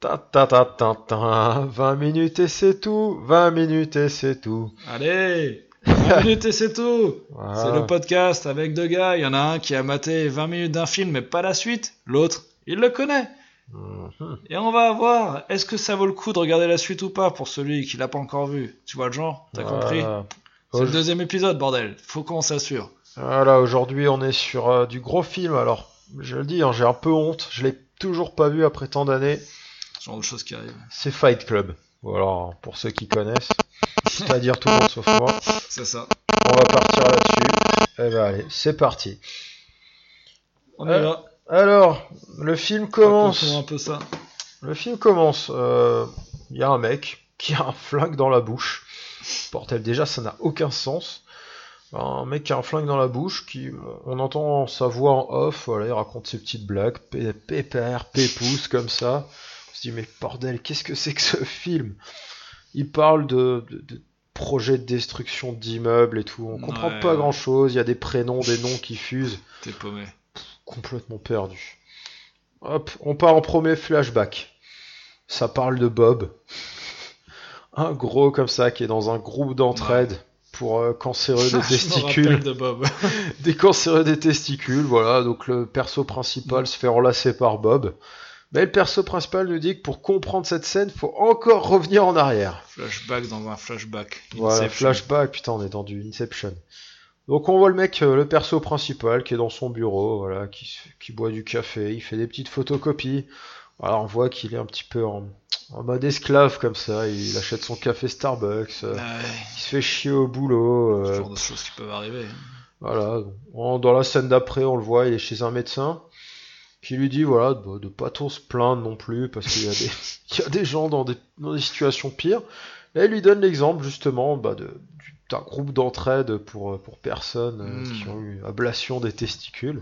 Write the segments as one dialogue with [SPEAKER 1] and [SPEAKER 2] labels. [SPEAKER 1] Ta ta ta ta ta. 20 minutes et c'est tout. 20 minutes et c'est tout.
[SPEAKER 2] Allez 20 minutes et c'est tout
[SPEAKER 1] Voilà.
[SPEAKER 2] C'est le podcast avec deux gars. Il y en a un qui a maté 20 minutes d'un film mais pas la suite. L'autre, il le connaît.
[SPEAKER 1] Mhm.
[SPEAKER 2] Et on va voir, est-ce que ça vaut le coup de regarder la suite ou pas pour celui qui l'a pas encore vu Tu vois le genre T'as
[SPEAKER 1] Voilà.
[SPEAKER 2] compris C'est le
[SPEAKER 1] Aujourd-
[SPEAKER 2] deuxième épisode, bordel. Faut qu'on s'assure.
[SPEAKER 1] Voilà, aujourd'hui on est sur euh, du gros film. Alors, je le dis, hein, j'ai un peu honte. Je l'ai toujours pas vu après tant d'années.
[SPEAKER 2] Ce genre de choses qui arrivent.
[SPEAKER 1] C'est Fight Club. Voilà, pour ceux qui connaissent. C'est-à-dire tout le monde sauf moi.
[SPEAKER 2] C'est ça.
[SPEAKER 1] On va partir là-dessus. Eh ben allez, c'est parti.
[SPEAKER 2] On
[SPEAKER 1] Euh,
[SPEAKER 2] est là.
[SPEAKER 1] Alors, le film commence.
[SPEAKER 2] Raconte-nous un peu ça.
[SPEAKER 1] Le film commence. euh, Il y a un mec qui a un flingue dans la bouche. Portel, déjà, ça n'a aucun sens. Un mec qui a un flingue dans la bouche, qui, on entend sa voix en off, voilà, il raconte ses petites blagues, pé- pépère, pépousse, comme ça. On se dit, mais bordel, qu'est-ce que c'est que ce film Il parle de, de, de projets de destruction d'immeubles et tout, on comprend
[SPEAKER 2] Ouais,
[SPEAKER 1] pas
[SPEAKER 2] ouais.
[SPEAKER 1] grand-chose, il y a des prénoms, des noms qui fusent
[SPEAKER 2] T'es paumé.
[SPEAKER 1] complètement perdu. Hop, on part en premier flashback. Ça parle de Bob. Un gros comme ça qui est dans un groupe d'entraide pour euh, cancéreux
[SPEAKER 2] Ah, Je me
[SPEAKER 1] des testicules.
[SPEAKER 2] rappelle de Bob.
[SPEAKER 1] Des cancéreux des testicules, voilà. Donc le perso principal se fait enlacer par Bob. Mais le perso principal nous dit que pour comprendre cette scène, faut encore revenir en arrière.
[SPEAKER 2] flashback dans un flashback.
[SPEAKER 1] Voilà,
[SPEAKER 2] Inception.
[SPEAKER 1] flashback, putain, on est dans du Inception. Donc on voit le mec, euh, le perso principal, qui est dans son bureau, voilà, qui, s- qui boit du café, il fait des petites photocopies. Voilà, on voit qu'il est un petit peu en, en mode esclave comme ça, il achète son café Starbucks, euh,
[SPEAKER 2] Ouais,
[SPEAKER 1] il se fait chier au boulot.
[SPEAKER 2] ce
[SPEAKER 1] euh,
[SPEAKER 2] genre de choses qui peuvent arriver.
[SPEAKER 1] voilà, En- dans la scène d'après, on le voit, il est chez un médecin qui lui dit voilà de, de pas trop se plaindre non plus parce qu'il y a des, il y a des gens dans des, dans des situations pires. Là, il lui donne l'exemple justement bah, de- du- d'un groupe d'entraide pour, euh, pour personnes euh,
[SPEAKER 2] Mm.
[SPEAKER 1] qui ont eu ablation des testicules.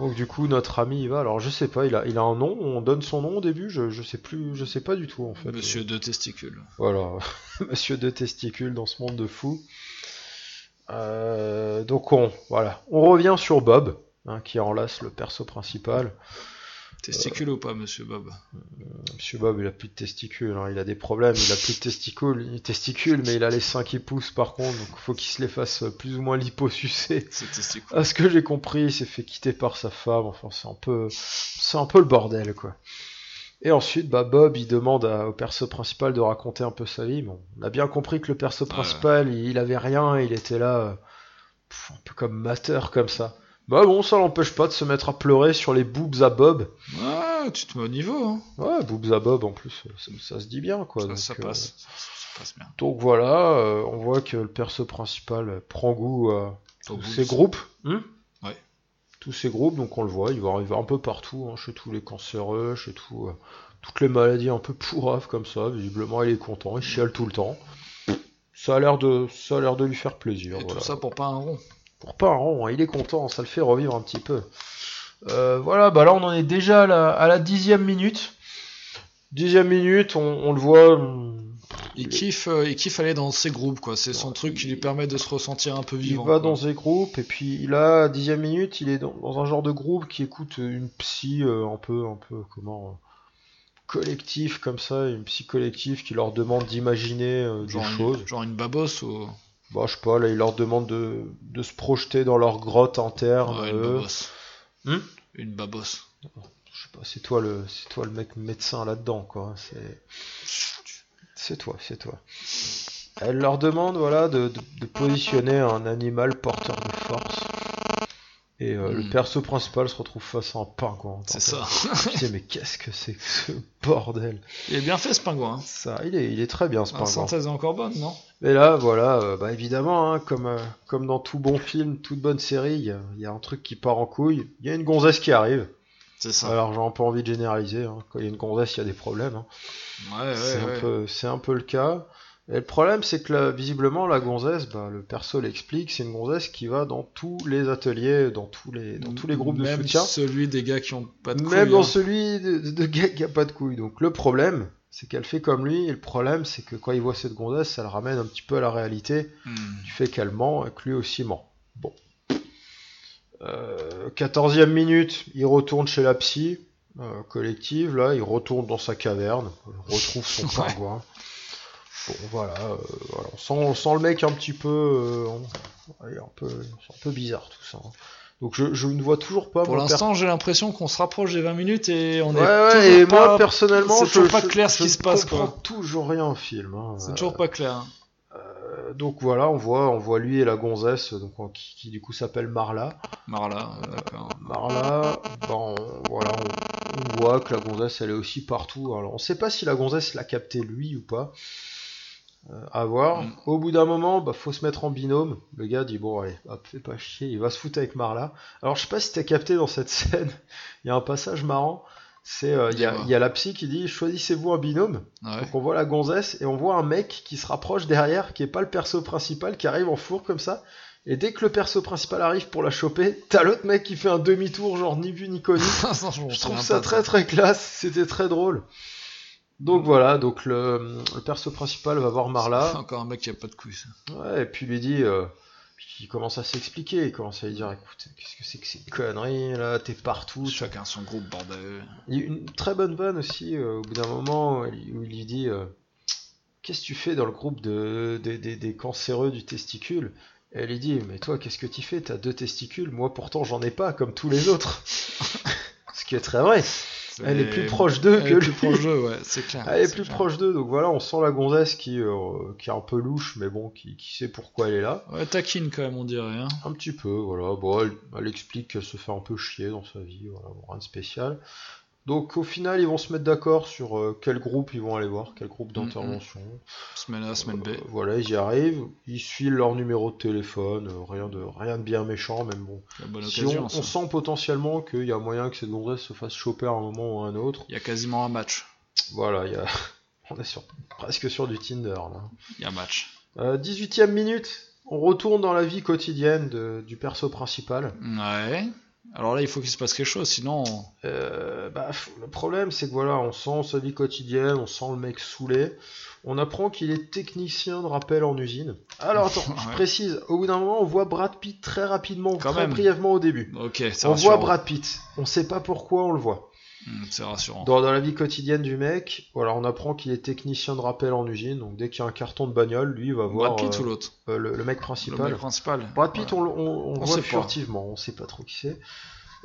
[SPEAKER 1] Donc du coup, notre ami il va. Alors je sais pas, il a, il a un nom. On donne son nom au début. Je, je sais plus, je sais pas du tout en fait.
[SPEAKER 2] Monsieur deux testicules.
[SPEAKER 1] Voilà, monsieur deux testicules dans ce monde de fous. Euh, donc on, voilà, on revient sur Bob, hein, qui enlace le perso principal.
[SPEAKER 2] Testicules ou pas, monsieur Bob
[SPEAKER 1] Monsieur Bob, il a plus de testicules, hein, il a des problèmes, il a plus de testicules, testicules, mais il a les seins qui poussent par contre, donc faut qu'il se les fasse plus ou moins liposucer.
[SPEAKER 2] C'est testicule.
[SPEAKER 1] À ce que j'ai compris, il s'est fait quitter par sa femme. Enfin, c'est un peu, c'est un peu le bordel, quoi. Et ensuite, bah, Bob, il demande à- au perso principal de raconter un peu sa vie. mais on a bien compris que le perso principal, il, il avait rien, il était là, euh, pff, un peu comme mateur, comme ça. Bah bon, ça l'empêche pas de se mettre à pleurer sur les boobs à Bob.
[SPEAKER 2] Ah, tu te mets au niveau. Hein.
[SPEAKER 1] Ouais, boobs à Bob, en plus, euh, ça, ça se dit bien, quoi.
[SPEAKER 2] Ça,
[SPEAKER 1] donc,
[SPEAKER 2] ça
[SPEAKER 1] euh,
[SPEAKER 2] passe. Ça, ça passe bien.
[SPEAKER 1] donc voilà, euh, on voit que le perso principal euh, prend goût à,
[SPEAKER 2] Au
[SPEAKER 1] tous
[SPEAKER 2] bout,
[SPEAKER 1] ces groupes.
[SPEAKER 2] Ouais.
[SPEAKER 1] Hmm Tous ces groupes, donc on le voit, il va arriver un peu partout, hein, chez tous les cancéreux, chez tout, euh, toutes les maladies un peu pourraves comme ça. Visiblement, il est content, il chiale tout le temps. Ça a l'air de, ça a l'air de lui faire plaisir.
[SPEAKER 2] Et
[SPEAKER 1] voilà.
[SPEAKER 2] tout ça pour pas un rond.
[SPEAKER 1] Pour pas un rond, hein, il est content, ça le fait revivre un petit peu. Euh, voilà, bah là on en est déjà à la, à la dixième minute. Dixième minute, on, on le voit. hum,
[SPEAKER 2] Il kiffe, euh, il kiffe aller dans ces groupes, quoi. C'est son truc qui lui permet de se ressentir un peu
[SPEAKER 1] Il
[SPEAKER 2] vivant.
[SPEAKER 1] va
[SPEAKER 2] quoi.
[SPEAKER 1] dans des groupes et puis là, à 10 minute, il est dans, dans un genre de groupe qui écoute une psy euh, un peu, un peu comment euh, collectif comme ça, une psy collective qui leur demande d'imaginer euh, des
[SPEAKER 2] genre,
[SPEAKER 1] choses.
[SPEAKER 2] une, genre une babosse ou.
[SPEAKER 1] Bah, je sais pas, là, il leur demande de, de se projeter dans leur grotte interne.
[SPEAKER 2] Ouais, une
[SPEAKER 1] euh.
[SPEAKER 2] babosse.
[SPEAKER 1] Hmm
[SPEAKER 2] une babosse.
[SPEAKER 1] je sais pas, c'est toi le, c'est toi le mec médecin là-dedans quoi. C'est C'est toi, c'est toi. Elle leur demande voilà, de, de- de positionner un animal porteur de force. Et euh, le
[SPEAKER 2] Hmm.
[SPEAKER 1] perso principal se retrouve face à un pingouin.
[SPEAKER 2] C'est ça.
[SPEAKER 1] Putain, mais qu'est-ce que c'est que ce bordel
[SPEAKER 2] Il est bien fait ce pingouin. hein.
[SPEAKER 1] Ça, il est, il est très bien ce
[SPEAKER 2] La
[SPEAKER 1] pingouin.
[SPEAKER 2] synthèse est encore bonne, non
[SPEAKER 1] Mais là, voilà, euh, bah évidemment, hein, comme, euh, comme dans tout bon film, toute bonne série, il y a- il y, a un truc qui part en couille. Il y a une gonzesse qui arrive.
[SPEAKER 2] C'est ça.
[SPEAKER 1] Alors, j'ai un peu envie de généraliser. hein. Quand il y a une gonzesse, il y a des problèmes. hein.
[SPEAKER 2] Ouais, ouais,
[SPEAKER 1] c'est
[SPEAKER 2] ouais.
[SPEAKER 1] un peu c'est un peu le cas et le problème c'est que là, visiblement la gonzesse bah, le perso l'explique c'est une gonzesse qui va dans tous les ateliers dans tous les dans tous les groupes de
[SPEAKER 2] même
[SPEAKER 1] soutien
[SPEAKER 2] celui des gars qui ont pas de couilles.
[SPEAKER 1] même dans
[SPEAKER 2] hein.
[SPEAKER 1] celui de, de gars qui a pas de couilles donc le problème c'est qu'elle fait comme lui et le problème c'est que quand il voit cette gonzesse ça le ramène un petit peu à la réalité
[SPEAKER 2] Hmm.
[SPEAKER 1] du fait qu'elle ment et que lui aussi ment bon euh, 14e minute il retourne chez la psy euh, collective, là, il retourne dans sa caverne, il retrouve son pingouin. Bon, voilà, euh, voilà, on, sent, on sent le mec un petit peu, euh, on- allez, un peu, c'est un peu bizarre tout ça. hein. Donc je, je ne vois toujours pas.
[SPEAKER 2] Pour
[SPEAKER 1] mon père-
[SPEAKER 2] l'instant, j'ai l'impression qu'on se rapproche des 20 minutes et on
[SPEAKER 1] Ouais,
[SPEAKER 2] est
[SPEAKER 1] ouais,
[SPEAKER 2] toujours
[SPEAKER 1] et
[SPEAKER 2] pas-
[SPEAKER 1] moi personnellement,
[SPEAKER 2] c'est
[SPEAKER 1] je-
[SPEAKER 2] toujours pas
[SPEAKER 1] je-
[SPEAKER 2] clair ce
[SPEAKER 1] je
[SPEAKER 2] qui se passe,
[SPEAKER 1] comprends
[SPEAKER 2] quoi.
[SPEAKER 1] toujours rien au film. hein.
[SPEAKER 2] C'est toujours pas clair.
[SPEAKER 1] Euh, donc voilà, on voit, on voit lui et la gonzesse, donc en- qui, qui, du coup s'appelle Marla.
[SPEAKER 2] Marla, euh, d'accord.
[SPEAKER 1] Marla, bon, ben, voilà, on, on voit que la gonzesse, elle est aussi partout. Alors on sait pas si la gonzesse l'a capté lui ou pas. Euh, à voir.
[SPEAKER 2] Mm.
[SPEAKER 1] Au bout d'un moment, bah, faut se mettre en binôme. Le gars dit bon allez, hop, fais pas chier, il va se foutre avec Marla. Alors je sais pas si t'as capté dans cette scène, il y a un passage marrant. C'est euh, il y, a-
[SPEAKER 2] Dis-moi.
[SPEAKER 1] il y a la psy qui dit choisissez-vous un binôme.
[SPEAKER 2] Ouais.
[SPEAKER 1] Donc on voit la gonzesse et on voit un mec qui se rapproche derrière, qui est pas le perso principal, qui arrive en four comme ça. Et dès que le perso principal arrive pour la choper, t'as l'autre mec qui fait un demi-tour, genre ni vu ni connu. Je trouve ça très très classe, c'était très drôle. Donc voilà, donc le, le perso principal va voir Marla,
[SPEAKER 2] Encore un mec qui a pas de couilles. ça.
[SPEAKER 1] ouais, et puis lui dit, euh, puis il commence à s'expliquer, il commence à lui dire, écoute, qu'est-ce que c'est que ces conneries là, t'es partout,
[SPEAKER 2] Chacun son groupe, bordel.
[SPEAKER 1] il y a une très bonne vanne aussi, euh, au bout d'un moment, où il où il lui dit euh, Qu'est-ce que tu fais dans le groupe de, des- des- des cancéreux du testicule Et elle lui dit Mais toi, qu'est-ce que tu fais T'as deux testicules, moi pourtant j'en ai pas, comme tous les autres. Ce qui est très vrai. Elle est plus proche d'eux
[SPEAKER 2] Elle
[SPEAKER 1] que
[SPEAKER 2] est
[SPEAKER 1] lui.
[SPEAKER 2] plus proche d'eux, ouais, c'est clair.
[SPEAKER 1] Elle est
[SPEAKER 2] Ah, c'est
[SPEAKER 1] plus
[SPEAKER 2] clair.
[SPEAKER 1] proche d'eux, donc voilà, on sent la gonzesse qui, euh, qui est un peu louche, mais bon, qui, qui sait pourquoi elle est là.
[SPEAKER 2] Ouais, taquine quand même, on dirait. Hein.
[SPEAKER 1] Un petit peu, voilà. Bon, elle, elle explique qu'elle se fait un peu chier dans sa vie, voilà, bon, rien de spécial. Donc au final, ils vont se mettre d'accord sur euh, quel groupe ils vont aller voir, quel groupe
[SPEAKER 2] Mhm.
[SPEAKER 1] d'intervention.
[SPEAKER 2] Semaine A, semaine B.
[SPEAKER 1] Euh, voilà, ils y arrivent, ils filent leur numéro de téléphone, euh, rien de, rien de bien méchant, même bon.
[SPEAKER 2] La bonne
[SPEAKER 1] Si on,
[SPEAKER 2] occasion.
[SPEAKER 1] on
[SPEAKER 2] ça.
[SPEAKER 1] sent potentiellement qu'il y a moyen que cette gonzesse se fasse choper à un moment ou à un autre,
[SPEAKER 2] Il y a quasiment un match.
[SPEAKER 1] voilà, il y a- on est sur, presque sur du Tinder là.
[SPEAKER 2] Il y a un match.
[SPEAKER 1] Euh, 18ème minute, on retourne dans la vie quotidienne de- du perso principal.
[SPEAKER 2] Ouais. Alors là, il faut qu'il se passe quelque chose, sinon.
[SPEAKER 1] Euh, bah, f- le problème, c'est que voilà, on sent sa vie quotidienne, on sent le mec saoulé. On apprend qu'il est technicien de rappel en usine. Alors attends, je
[SPEAKER 2] Ouais.
[SPEAKER 1] précise, au bout d'un moment, on voit Brad Pitt très rapidement,
[SPEAKER 2] Quand
[SPEAKER 1] très
[SPEAKER 2] même.
[SPEAKER 1] brièvement au début.
[SPEAKER 2] Ok, c'est
[SPEAKER 1] On
[SPEAKER 2] rassurant.
[SPEAKER 1] voit Brad Pitt, on sait pas pourquoi on le voit.
[SPEAKER 2] Hmm, C'est rassurant.
[SPEAKER 1] Dans, dans la vie quotidienne du mec, voilà, on apprend qu'il est technicien de rappel en usine, donc dès qu'il y a un carton de bagnole, lui, il va voir
[SPEAKER 2] Brad Pitt
[SPEAKER 1] euh,
[SPEAKER 2] ou l'autre
[SPEAKER 1] euh, le, le mec
[SPEAKER 2] Le
[SPEAKER 1] principal.
[SPEAKER 2] mec principal.
[SPEAKER 1] Brad Pitt,
[SPEAKER 2] Ouais.
[SPEAKER 1] on, le- on- on le
[SPEAKER 2] On sait
[SPEAKER 1] voit
[SPEAKER 2] pas.
[SPEAKER 1] furtivement, on sait pas trop qui c'est.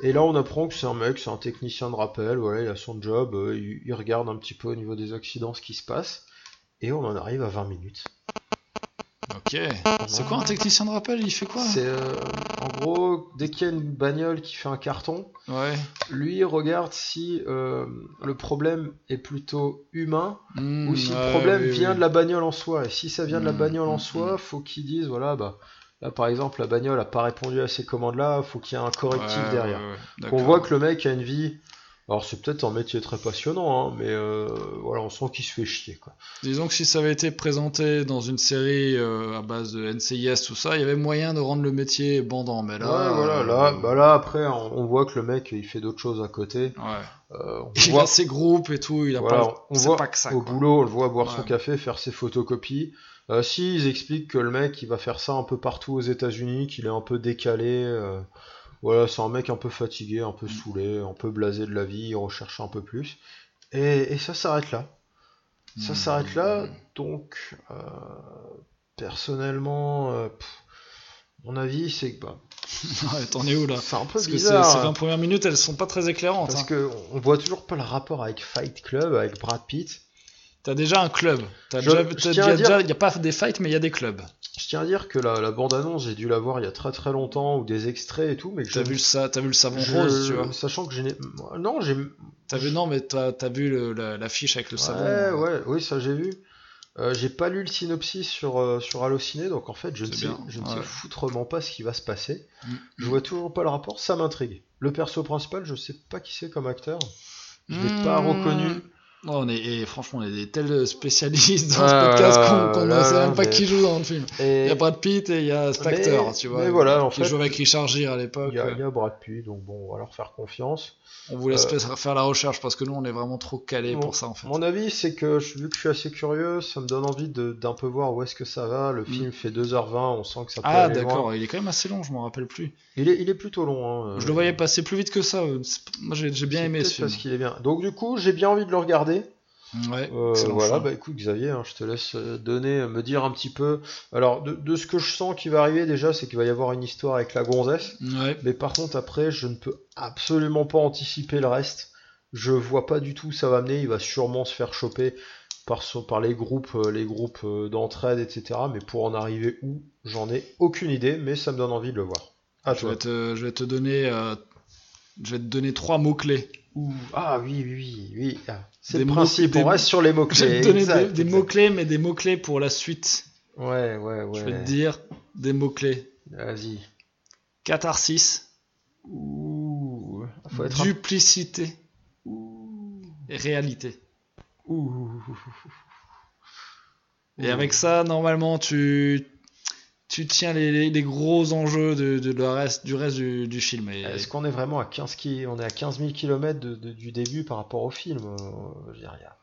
[SPEAKER 1] Et là, on apprend que c'est un mec, c'est un technicien de rappel, voilà, il a son job, euh, il, il regarde un petit peu au niveau des accidents ce qui se passe, et on en arrive à 20 minutes.
[SPEAKER 2] Ok. C'est quoi un technicien de rappel Il fait quoi
[SPEAKER 1] C'est euh, en gros, dès qu'il y a une bagnole qui fait un carton,
[SPEAKER 2] Ouais.
[SPEAKER 1] lui il regarde si euh, le problème est plutôt humain
[SPEAKER 2] Hmm,
[SPEAKER 1] ou si
[SPEAKER 2] ouais,
[SPEAKER 1] le problème
[SPEAKER 2] oui,
[SPEAKER 1] vient
[SPEAKER 2] oui.
[SPEAKER 1] de la bagnole en soi. Et si ça vient de la
[SPEAKER 2] Mm,
[SPEAKER 1] bagnole en
[SPEAKER 2] mm,
[SPEAKER 1] soi, faut qu'ils disent voilà, bah là par exemple, la bagnole a pas répondu à ces commandes-là, faut qu'il y ait un correctif
[SPEAKER 2] Ouais,
[SPEAKER 1] derrière.
[SPEAKER 2] ouais, ouais,
[SPEAKER 1] On
[SPEAKER 2] d'accord.
[SPEAKER 1] voit que le mec a une vie. Alors c'est peut-être un métier très passionnant, hein, mais euh, voilà, on sent qu'il se fait chier. Quoi.
[SPEAKER 2] Disons que si ça avait été présenté dans une série euh, à base de NCIS, tout ça, il y avait moyen de rendre le métier bandant. Mais là.
[SPEAKER 1] ouais, voilà,
[SPEAKER 2] euh,
[SPEAKER 1] là, bah là après, on, on voit que le mec il fait d'autres choses à côté.
[SPEAKER 2] Ouais.
[SPEAKER 1] Euh, on
[SPEAKER 2] Il
[SPEAKER 1] voit,
[SPEAKER 2] a ses groupes et tout, il a
[SPEAKER 1] voilà,
[SPEAKER 2] pas.
[SPEAKER 1] on
[SPEAKER 2] c'est
[SPEAKER 1] voit
[SPEAKER 2] pas que ça.
[SPEAKER 1] au
[SPEAKER 2] quoi.
[SPEAKER 1] boulot, on le voit boire son
[SPEAKER 2] Ouais.
[SPEAKER 1] café, faire ses photocopies. Euh, si ils expliquent que le mec il va faire ça un peu partout aux États-Unis, qu'il est un peu décalé. euh, voilà, c'est un mec un peu fatigué, un peu
[SPEAKER 2] Mm.
[SPEAKER 1] saoulé, un peu blasé de la vie, il recherche un peu plus. Et, et ça s'arrête là. Ça
[SPEAKER 2] Hmm.
[SPEAKER 1] s'arrête là, donc euh, personnellement, euh, pff, mon avis c'est que bah,
[SPEAKER 2] Hmm. Ouais, T'en es où là
[SPEAKER 1] c'est un peu
[SPEAKER 2] Parce que ces,
[SPEAKER 1] bizarre. hein.
[SPEAKER 2] ces 20 premières minutes, elles sont pas très éclairantes.
[SPEAKER 1] parce
[SPEAKER 2] hein.
[SPEAKER 1] que on voit toujours pas le rapport avec Fight Club, avec Brad Pitt.
[SPEAKER 2] T'as déjà un club. T'as
[SPEAKER 1] Je-
[SPEAKER 2] déjà-
[SPEAKER 1] je
[SPEAKER 2] t'as
[SPEAKER 1] tiens à
[SPEAKER 2] déjà-
[SPEAKER 1] dire-
[SPEAKER 2] déjà- Il n'y a pas des fights, mais il y a des clubs.
[SPEAKER 1] Je tiens à dire que la, la bande-annonce, j'ai dû la voir il y a très très longtemps, ou des extraits et tout, mais que
[SPEAKER 2] T'as
[SPEAKER 1] je-
[SPEAKER 2] vu, le sa- t'as vu le savon
[SPEAKER 1] je-
[SPEAKER 2] rose, tu vois.
[SPEAKER 1] Sachant que j'ai. Non, j'ai.
[SPEAKER 2] T'as vu, non, mais t'as t'as vu le- la- l'affiche avec le savon. euh,
[SPEAKER 1] Ouais, ouais, oui, ça j'ai vu. Euh, j'ai pas lu le synopsis sur, euh, sur Allociné, donc en fait, je ne
[SPEAKER 2] C'est
[SPEAKER 1] sais,
[SPEAKER 2] bien,
[SPEAKER 1] je ne
[SPEAKER 2] ouais.
[SPEAKER 1] sais foutrement pas ce qui va se passer.
[SPEAKER 2] Mm.
[SPEAKER 1] Je vois toujours pas le rapport, ça m'intrigue. Le perso principal, je sais pas qui c'est comme acteur. Je l'ai pas
[SPEAKER 2] Hmm.
[SPEAKER 1] reconnu.
[SPEAKER 2] Non, on est, et franchement, on est des tels euh, spécialistes dans
[SPEAKER 1] Ah
[SPEAKER 2] ce
[SPEAKER 1] là
[SPEAKER 2] podcast
[SPEAKER 1] là,
[SPEAKER 2] qu'on- qu'on ne
[SPEAKER 1] là
[SPEAKER 2] sait
[SPEAKER 1] là,
[SPEAKER 2] même pas
[SPEAKER 1] mais-
[SPEAKER 2] qui joue dans le film. Il y
[SPEAKER 1] Et
[SPEAKER 2] a Brad Pitt et il y a cet acteur,
[SPEAKER 1] Mais-
[SPEAKER 2] tu vois.
[SPEAKER 1] mais voilà, en
[SPEAKER 2] qui
[SPEAKER 1] fait,
[SPEAKER 2] jouait avec Richard Gere à l'époque.
[SPEAKER 1] il y, a- il
[SPEAKER 2] ouais.
[SPEAKER 1] y a Brad Pitt, donc bon, on va leur faire confiance.
[SPEAKER 2] On vous laisse
[SPEAKER 1] euh,
[SPEAKER 2] faire la recherche parce que nous, on est vraiment trop calés
[SPEAKER 1] Bon,
[SPEAKER 2] pour ça, en fait.
[SPEAKER 1] Mon avis, c'est que je- vu que je suis assez curieux, ça me donne envie de- d'un peu voir où est-ce que ça va. Le film fait 2h20, on sent que ça peut
[SPEAKER 2] Mm. Ah,
[SPEAKER 1] aller loin.
[SPEAKER 2] d'accord, il est quand même assez long, je m'en rappelle plus.
[SPEAKER 1] Il est, il est plutôt long. hein,
[SPEAKER 2] Je
[SPEAKER 1] euh,
[SPEAKER 2] le voyais passer plus vite que ça. euh, c'est- Moi, j'ai j'ai bien
[SPEAKER 1] c'est
[SPEAKER 2] aimé
[SPEAKER 1] peut-être
[SPEAKER 2] ce film.
[SPEAKER 1] Parce qu'il est bien. Donc du coup, j'ai bien envie de le regarder.
[SPEAKER 2] Ouais,
[SPEAKER 1] Euh,
[SPEAKER 2] excellent
[SPEAKER 1] voilà,
[SPEAKER 2] choix.
[SPEAKER 1] bah écoute Xavier, hein, je te laisse euh, donner, euh, me dire un petit peu. Alors de, de ce que je sens qui va arriver déjà, c'est qu'il va y avoir une histoire avec la gonzesse.
[SPEAKER 2] Ouais.
[SPEAKER 1] Mais par contre après, je ne peux absolument pas anticiper le reste. Je vois pas du tout où ça va mener. Il va sûrement se faire choper par, son, par les groupes, euh, les groupes euh, d'entraide, etc. Mais pour en arriver où, j'en ai aucune idée. Mais ça me donne envie de le voir. À
[SPEAKER 2] Je
[SPEAKER 1] toi.
[SPEAKER 2] vais te, je vais te donner, euh, je vais te donner trois mots clés.
[SPEAKER 1] Ouh, ah oui, oui, oui, oui. ah, C'est
[SPEAKER 2] Des
[SPEAKER 1] le
[SPEAKER 2] mots-
[SPEAKER 1] principe,
[SPEAKER 2] des
[SPEAKER 1] on reste sur les
[SPEAKER 2] Je vais
[SPEAKER 1] mots-clés.
[SPEAKER 2] te donner
[SPEAKER 1] exact,
[SPEAKER 2] des, des
[SPEAKER 1] exact.
[SPEAKER 2] mots clés, mais des mots clés pour la suite.
[SPEAKER 1] Ouais, ouais, ouais.
[SPEAKER 2] Je vais te dire des mots clés.
[SPEAKER 1] Vas-y.
[SPEAKER 2] Catharsis,
[SPEAKER 1] Ouh. Faut être un-
[SPEAKER 2] duplicité
[SPEAKER 1] Ouh.
[SPEAKER 2] et réalité.
[SPEAKER 1] Ouh.
[SPEAKER 2] Et avec ça, normalement, tu, tu tiens les, les- les gros enjeux de, de- de la reste, du reste du, du film. Et,
[SPEAKER 1] Est-ce qu'on est vraiment à 15 qui... on est à 15 000 km de- de- du début par rapport au film euh, je veux dire, il y a-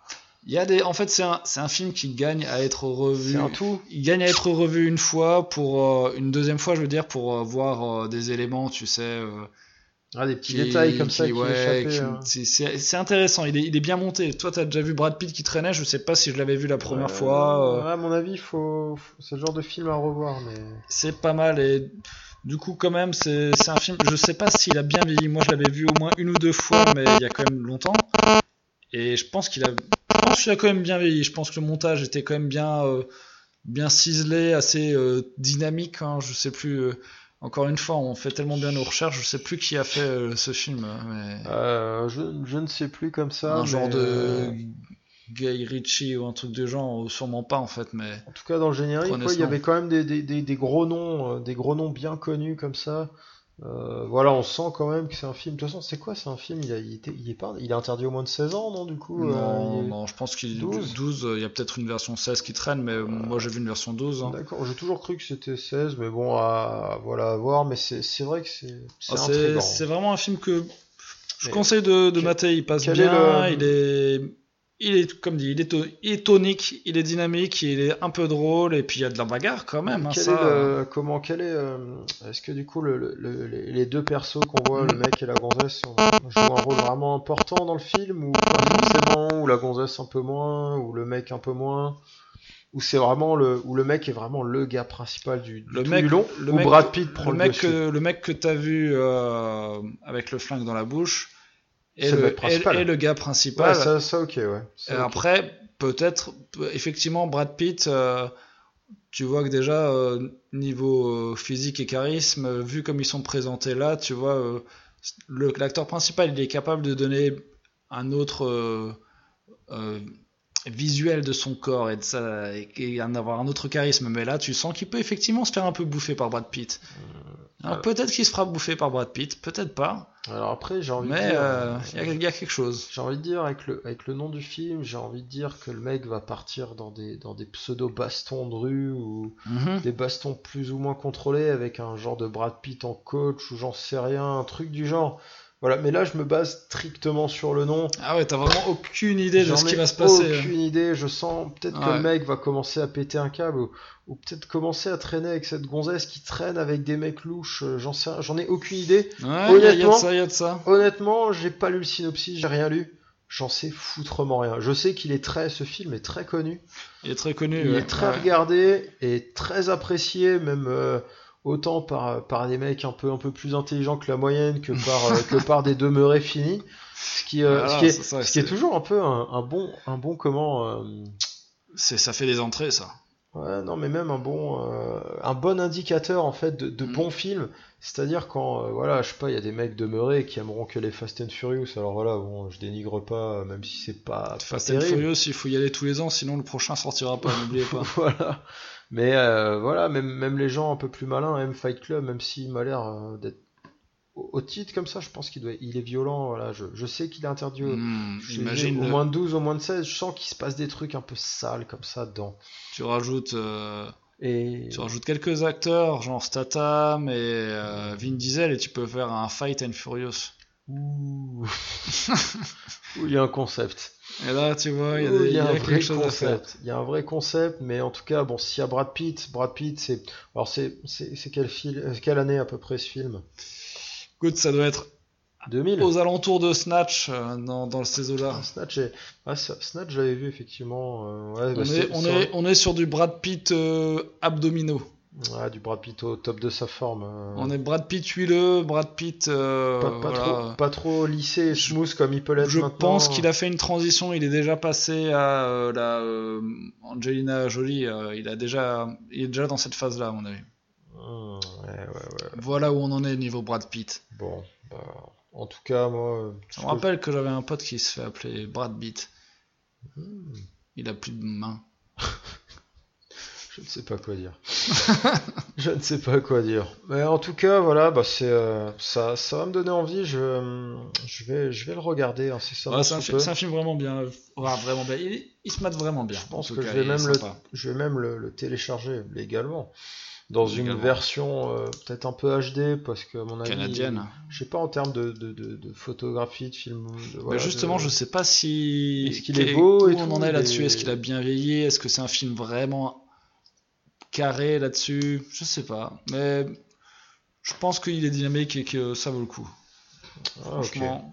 [SPEAKER 2] il y a des, en fait, c'est un, c'est un film qui gagne à être revu.
[SPEAKER 1] C'est un tout.
[SPEAKER 2] Il gagne à être revu une fois, pour euh, une deuxième fois, je veux dire, pour euh, voir euh, des éléments, tu sais. euh,
[SPEAKER 1] Ah, des petits
[SPEAKER 2] qui-
[SPEAKER 1] détails comme ça qui
[SPEAKER 2] ouais,
[SPEAKER 1] m'échappaient,
[SPEAKER 2] qui-
[SPEAKER 1] hein.
[SPEAKER 2] c'est- c'est c'est intéressant, il est, il est bien monté. Toi, t'as déjà vu Brad Pitt qui traînait, je sais pas si je l'avais vu la première
[SPEAKER 1] Euh,
[SPEAKER 2] fois. euh,
[SPEAKER 1] ouais, à mon avis, faut... faut- c'est le genre de film à revoir. Mais...
[SPEAKER 2] c'est pas mal et du coup, quand même, c'est c'est un film. Je sais pas s'il a bien vieilli. Moi, je l'avais vu au moins une ou deux fois, mais il y a quand même longtemps. Et je pense qu'il a, je pense qu'il a quand même bien vieilli. Je pense que le montage était quand même bien, euh, bien ciselé, assez euh, dynamique. hein, je sais plus. euh, encore une fois, on fait tellement bien nos recherches. Je sais plus qui a fait euh, ce film. hein, Mais...
[SPEAKER 1] Euh, je... je ne sais plus comme ça.
[SPEAKER 2] un
[SPEAKER 1] mais,
[SPEAKER 2] genre
[SPEAKER 1] euh,
[SPEAKER 2] de Guy Ritchie ou un truc de genre, ou sûrement pas en fait, mais
[SPEAKER 1] En tout cas, dans le générique,
[SPEAKER 2] Prenez
[SPEAKER 1] ouais, il
[SPEAKER 2] ce
[SPEAKER 1] y
[SPEAKER 2] nom.
[SPEAKER 1] avait quand même des, des, des, des gros noms, euh, des gros noms bien connus comme ça. Euh, voilà, on sent quand même que c'est un film. De toute façon, c'est quoi C'est un film il, a- il, était- il est pas, il est interdit au moins de 16 ans, non Du coup euh,
[SPEAKER 2] non,
[SPEAKER 1] il est-
[SPEAKER 2] non, je pense qu'il
[SPEAKER 1] 12.
[SPEAKER 2] 12, euh, il y a peut-être une version 16 qui traîne, mais
[SPEAKER 1] Euh,
[SPEAKER 2] moi j'ai vu une version 12. hein.
[SPEAKER 1] D'accord, j'ai toujours cru que c'était 16, mais bon, à, voilà, à voir. Mais c'est c'est vrai que c'est c'est
[SPEAKER 2] Ah, C'est
[SPEAKER 1] intriguant.
[SPEAKER 2] c'est vraiment un film que je
[SPEAKER 1] Mais
[SPEAKER 2] conseille de, de
[SPEAKER 1] quel-
[SPEAKER 2] mater, il passe
[SPEAKER 1] quel est
[SPEAKER 2] bien,
[SPEAKER 1] le-
[SPEAKER 2] il est... Il est, comme dit, il est, to- il est tonique, il est dynamique, il est un peu drôle, et puis il y a de la bagarre quand même. hein,
[SPEAKER 1] Quel
[SPEAKER 2] ça,
[SPEAKER 1] est le- comment quel est euh, est-ce que du coup le- le- le- les les deux persos qu'on voit le mec et la gonzesse sont- jouent un rôle vraiment important dans le film ou pas forcément ou la gonzesse un peu moins ou le mec un peu moins ou c'est vraiment le ou le mec est vraiment le gars principal du, du
[SPEAKER 2] Le
[SPEAKER 1] tout
[SPEAKER 2] mec-
[SPEAKER 1] du long
[SPEAKER 2] le
[SPEAKER 1] ou
[SPEAKER 2] mec-
[SPEAKER 1] Brad Pitt prend
[SPEAKER 2] le
[SPEAKER 1] le,
[SPEAKER 2] mec, euh,
[SPEAKER 1] dessus.
[SPEAKER 2] que, le mec que t'as vu euh, avec le flingue dans la bouche est
[SPEAKER 1] C'est le
[SPEAKER 2] le,
[SPEAKER 1] mec principal.
[SPEAKER 2] est- est le gars
[SPEAKER 1] Ouais,
[SPEAKER 2] principal.
[SPEAKER 1] ça, ça, ok ouais.
[SPEAKER 2] Et
[SPEAKER 1] Ça, ok.
[SPEAKER 2] après, peut-être, peut- effectivement, Brad Pitt, euh, tu vois que déjà, euh, niveau euh, physique et charisme, euh, vu comme ils sont présentés là, tu vois, euh, le- l'acteur principal, il est capable de donner un autre euh, euh, visuel de son corps et, de sa, et, et en avoir un autre charisme. Mais là, tu sens qu'il peut effectivement se faire un peu bouffer par Brad Pitt.
[SPEAKER 1] Euh,
[SPEAKER 2] Alors, peut-être qu'il se fera bouffer par Brad Pitt, peut-être pas,
[SPEAKER 1] Alors après j'ai envie de
[SPEAKER 2] mais
[SPEAKER 1] dire,
[SPEAKER 2] euh, il y, a- il y a quelque chose.
[SPEAKER 1] J'ai envie de dire, avec le, avec le nom du film, j'ai envie de dire que le mec va partir dans des, dans des pseudo-bastons de rue ou, des bastons plus ou moins contrôlés avec un genre de Brad Pitt en coach ou j'en sais rien, un truc du genre. Voilà, mais là je me base strictement sur le nom.
[SPEAKER 2] Ah ouais, t'as vraiment aucune idée de
[SPEAKER 1] J'en
[SPEAKER 2] ce qui
[SPEAKER 1] ai
[SPEAKER 2] va se passer. hein.
[SPEAKER 1] Aucune idée, je sens peut-être que
[SPEAKER 2] Ouais.
[SPEAKER 1] le mec va commencer à péter un câble ou, ou peut-être commencer à traîner avec cette gonzesse qui traîne avec des mecs louches, euh, j'en sais j'en ai aucune idée.
[SPEAKER 2] Ouais, il y, a- y a de
[SPEAKER 1] Honnêtement-
[SPEAKER 2] ça, il y a de ça.
[SPEAKER 1] Honnêtement, j'ai pas lu le synopsis, j'ai rien lu. J'en sais foutrement rien. Je sais qu'il est très, ce film est très connu.
[SPEAKER 2] Il est très connu.
[SPEAKER 1] Il
[SPEAKER 2] ouais.
[SPEAKER 1] est très
[SPEAKER 2] Ouais.
[SPEAKER 1] regardé et très apprécié, même euh, autant par, par des mecs un peu, un peu plus intelligents que la moyenne que par, euh, que par des demeurés finis. Ce qui, euh,
[SPEAKER 2] Voilà,
[SPEAKER 1] ce qui, est,
[SPEAKER 2] Ah, c'est ça,
[SPEAKER 1] ce qui est
[SPEAKER 2] c'est-
[SPEAKER 1] toujours un peu un, un bon, un bon comment. euh,
[SPEAKER 2] C'est, ça fait des entrées, ça.
[SPEAKER 1] ouais, non, mais même un bon, euh, un bon indicateur en fait de, de
[SPEAKER 2] Mm.
[SPEAKER 1] bons films. C'est-à-dire quand, euh, voilà, je sais pas, il y a des mecs demeurés qui aimeront que les Fast and Furious. Alors voilà, bon, je dénigre pas, euh, même si c'est pas, pas
[SPEAKER 2] Fast and
[SPEAKER 1] terrible.
[SPEAKER 2] Furious, il faut y aller tous les ans, sinon le prochain sortira pas, n'oubliez pas.
[SPEAKER 1] voilà. Mais euh, voilà, même, même les gens un peu plus malins aiment Fight Club, même s'il m'a l'air euh, d'être au, au titre comme ça, je pense qu'il doit, il est violent. Voilà, je, je sais qu'il est interdit au,
[SPEAKER 2] Hmm,
[SPEAKER 1] je-
[SPEAKER 2] imagine,
[SPEAKER 1] au
[SPEAKER 2] le-
[SPEAKER 1] moins de 12, au moins de 16. Je sens qu'il se passe des trucs un peu sales comme ça dedans.
[SPEAKER 2] tu rajoutes, euh,
[SPEAKER 1] Et
[SPEAKER 2] tu rajoutes quelques acteurs, genre Statham et euh, Vin Diesel, et tu peux faire un Fight and Furious.
[SPEAKER 1] Ouh. Ouh, il y a un concept.
[SPEAKER 2] Et là, tu vois, il y a,
[SPEAKER 1] Ouh,
[SPEAKER 2] des-
[SPEAKER 1] Oh, il y a
[SPEAKER 2] il y a
[SPEAKER 1] un vrai
[SPEAKER 2] quelque chose à faire.
[SPEAKER 1] concept. Il y a un vrai concept, mais en tout cas, bon, s'il y a Brad Pitt, Brad Pitt, c'est, alors c'est, c'est, c'est quel fil- euh, quelle année à peu près ce film
[SPEAKER 2] Écoute, ça doit être
[SPEAKER 1] 2000.
[SPEAKER 2] aux alentours de Snatch euh, dans, dans ces eaux-là.
[SPEAKER 1] Ah, Snatch, est- ah, ça- Snatch, je l'avais vu effectivement. euh, ouais,
[SPEAKER 2] on,
[SPEAKER 1] bah,
[SPEAKER 2] est,
[SPEAKER 1] c'est-
[SPEAKER 2] on,
[SPEAKER 1] c'est-
[SPEAKER 2] est, on est sur du Brad Pitt euh, abdominaux.
[SPEAKER 1] Ouais, du Brad Pitt au top de sa forme. euh,
[SPEAKER 2] On est Brad Pitt huileux, Brad Pitt. euh,
[SPEAKER 1] pas, pas
[SPEAKER 2] voilà.
[SPEAKER 1] trop, pas trop lissé et smooth comme il peut l'être
[SPEAKER 2] Je
[SPEAKER 1] maintenant. euh,
[SPEAKER 2] pense qu'il a fait une transition. Il est déjà passé à euh, la euh, Angelina Jolie. euh, il a déjà, il est déjà dans cette phase-là, à mon avis.
[SPEAKER 1] Hum, ouais, ouais, ouais.
[SPEAKER 2] Voilà où on en est niveau Brad Pitt.
[SPEAKER 1] Bon, bah, en tout cas, moi. euh,
[SPEAKER 2] Je
[SPEAKER 1] ce
[SPEAKER 2] me
[SPEAKER 1] que-
[SPEAKER 2] rappelle que j'avais un pote qui se fait appeler Brad Pitt.
[SPEAKER 1] Hum,
[SPEAKER 2] Il a plus de main.
[SPEAKER 1] Je ne sais pas quoi dire. je ne sais pas quoi dire. Mais en tout cas, voilà, bah c'est euh, ça, ça va me donner envie. Je, euh, je vais, je vais le regarder hein, incessamment.
[SPEAKER 2] Ouais, c'est, un,
[SPEAKER 1] sous
[SPEAKER 2] fi-
[SPEAKER 1] peu.
[SPEAKER 2] c'est un film vraiment bien. euh, ouais, vraiment bien. Il, il se mate vraiment bien.
[SPEAKER 1] Je pense
[SPEAKER 2] En tout
[SPEAKER 1] que
[SPEAKER 2] cas,
[SPEAKER 1] je vais
[SPEAKER 2] il est
[SPEAKER 1] même le-
[SPEAKER 2] sympa.
[SPEAKER 1] Je vais même le, le télécharger légalement dans une
[SPEAKER 2] Légalement.
[SPEAKER 1] version euh, peut-être un peu HD parce que à mon avis, euh,
[SPEAKER 2] canadienne.
[SPEAKER 1] je sais pas en termes de, de, de, de photographie, de film. De,
[SPEAKER 2] Bah, justement, je sais pas si.
[SPEAKER 1] euh, Est-ce qu'il est
[SPEAKER 2] qu'est-
[SPEAKER 1] beau
[SPEAKER 2] où
[SPEAKER 1] et
[SPEAKER 2] on
[SPEAKER 1] tout,
[SPEAKER 2] en est
[SPEAKER 1] il
[SPEAKER 2] là-dessus
[SPEAKER 1] est-
[SPEAKER 2] Est-ce qu'il a bien vieilli Est-ce que c'est un film vraiment carré là-dessus Je sais pas. Mais je pense qu'il est dynamique et que ça vaut le coup.
[SPEAKER 1] Ah, ok.
[SPEAKER 2] Franchement,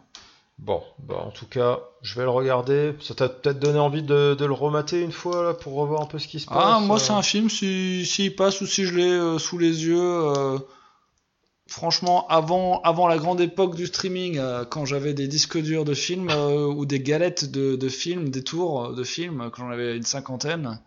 [SPEAKER 1] Bon, bah en tout cas, je vais le regarder. Ça t'a peut-être donné envie de, de le remater une fois là pour revoir un peu ce qui se passe.
[SPEAKER 2] ah, moi
[SPEAKER 1] euh.
[SPEAKER 2] c'est un film si s'il passe ou si je l'ai euh, sous les yeux. euh, Franchement, avant, avant la grande époque du streaming, euh, quand j'avais des disques durs de films euh, ou des galettes de, de films, des tours de films, quand j'en avais une cinquantaine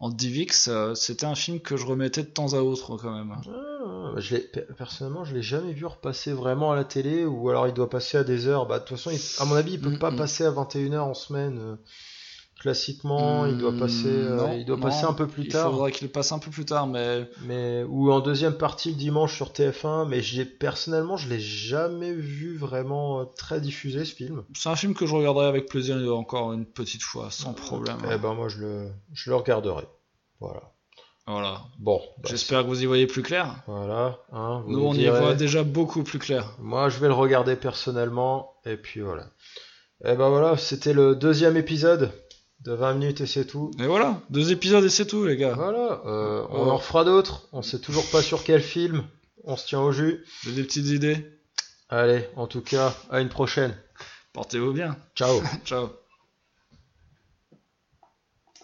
[SPEAKER 2] en DivX, euh, c'était un film que je remettais de temps à autre quand même.
[SPEAKER 1] Ah, bah, je l'ai- pe- personnellement, je l'ai jamais vu repasser vraiment à la télé ou alors il doit passer à des heures. Bah, de toute façon, il- à mon avis, il peut
[SPEAKER 2] Mm,
[SPEAKER 1] pas
[SPEAKER 2] mm.
[SPEAKER 1] passer à 21h en semaine. euh, classiquement, il doit
[SPEAKER 2] Hmm,
[SPEAKER 1] passer, euh,
[SPEAKER 2] non,
[SPEAKER 1] il doit
[SPEAKER 2] non,
[SPEAKER 1] passer un peu plus
[SPEAKER 2] il
[SPEAKER 1] tard.
[SPEAKER 2] faudra qu'il le passe un peu plus tard, mais
[SPEAKER 1] mais ou en deuxième partie le dimanche sur TF1 mais j'ai personnellement je l'ai jamais vu vraiment euh, très diffusé ce film
[SPEAKER 2] c'est un film que je regarderai avec plaisir encore une petite fois, sans problème. hein.
[SPEAKER 1] et ben moi je le je le regarderai voilà
[SPEAKER 2] Voilà.
[SPEAKER 1] bon bah,
[SPEAKER 2] J'espère que vous y voyez plus clair.
[SPEAKER 1] voilà hein, vous
[SPEAKER 2] Nous,
[SPEAKER 1] nous
[SPEAKER 2] on y
[SPEAKER 1] direz.
[SPEAKER 2] voit déjà beaucoup plus clair.
[SPEAKER 1] moi je vais le regarder personnellement et puis voilà et ben voilà c'était le deuxième épisode de 20 minutes et c'est tout
[SPEAKER 2] Et voilà, deux épisodes et c'est tout, les gars.
[SPEAKER 1] voilà euh, on
[SPEAKER 2] Ouais.
[SPEAKER 1] en refera d'autres on sait toujours pas sur quel film on se tient au jus
[SPEAKER 2] J'ai des petites idées.
[SPEAKER 1] allez en tout cas à une prochaine
[SPEAKER 2] Portez-vous bien.
[SPEAKER 1] ciao
[SPEAKER 2] Ciao.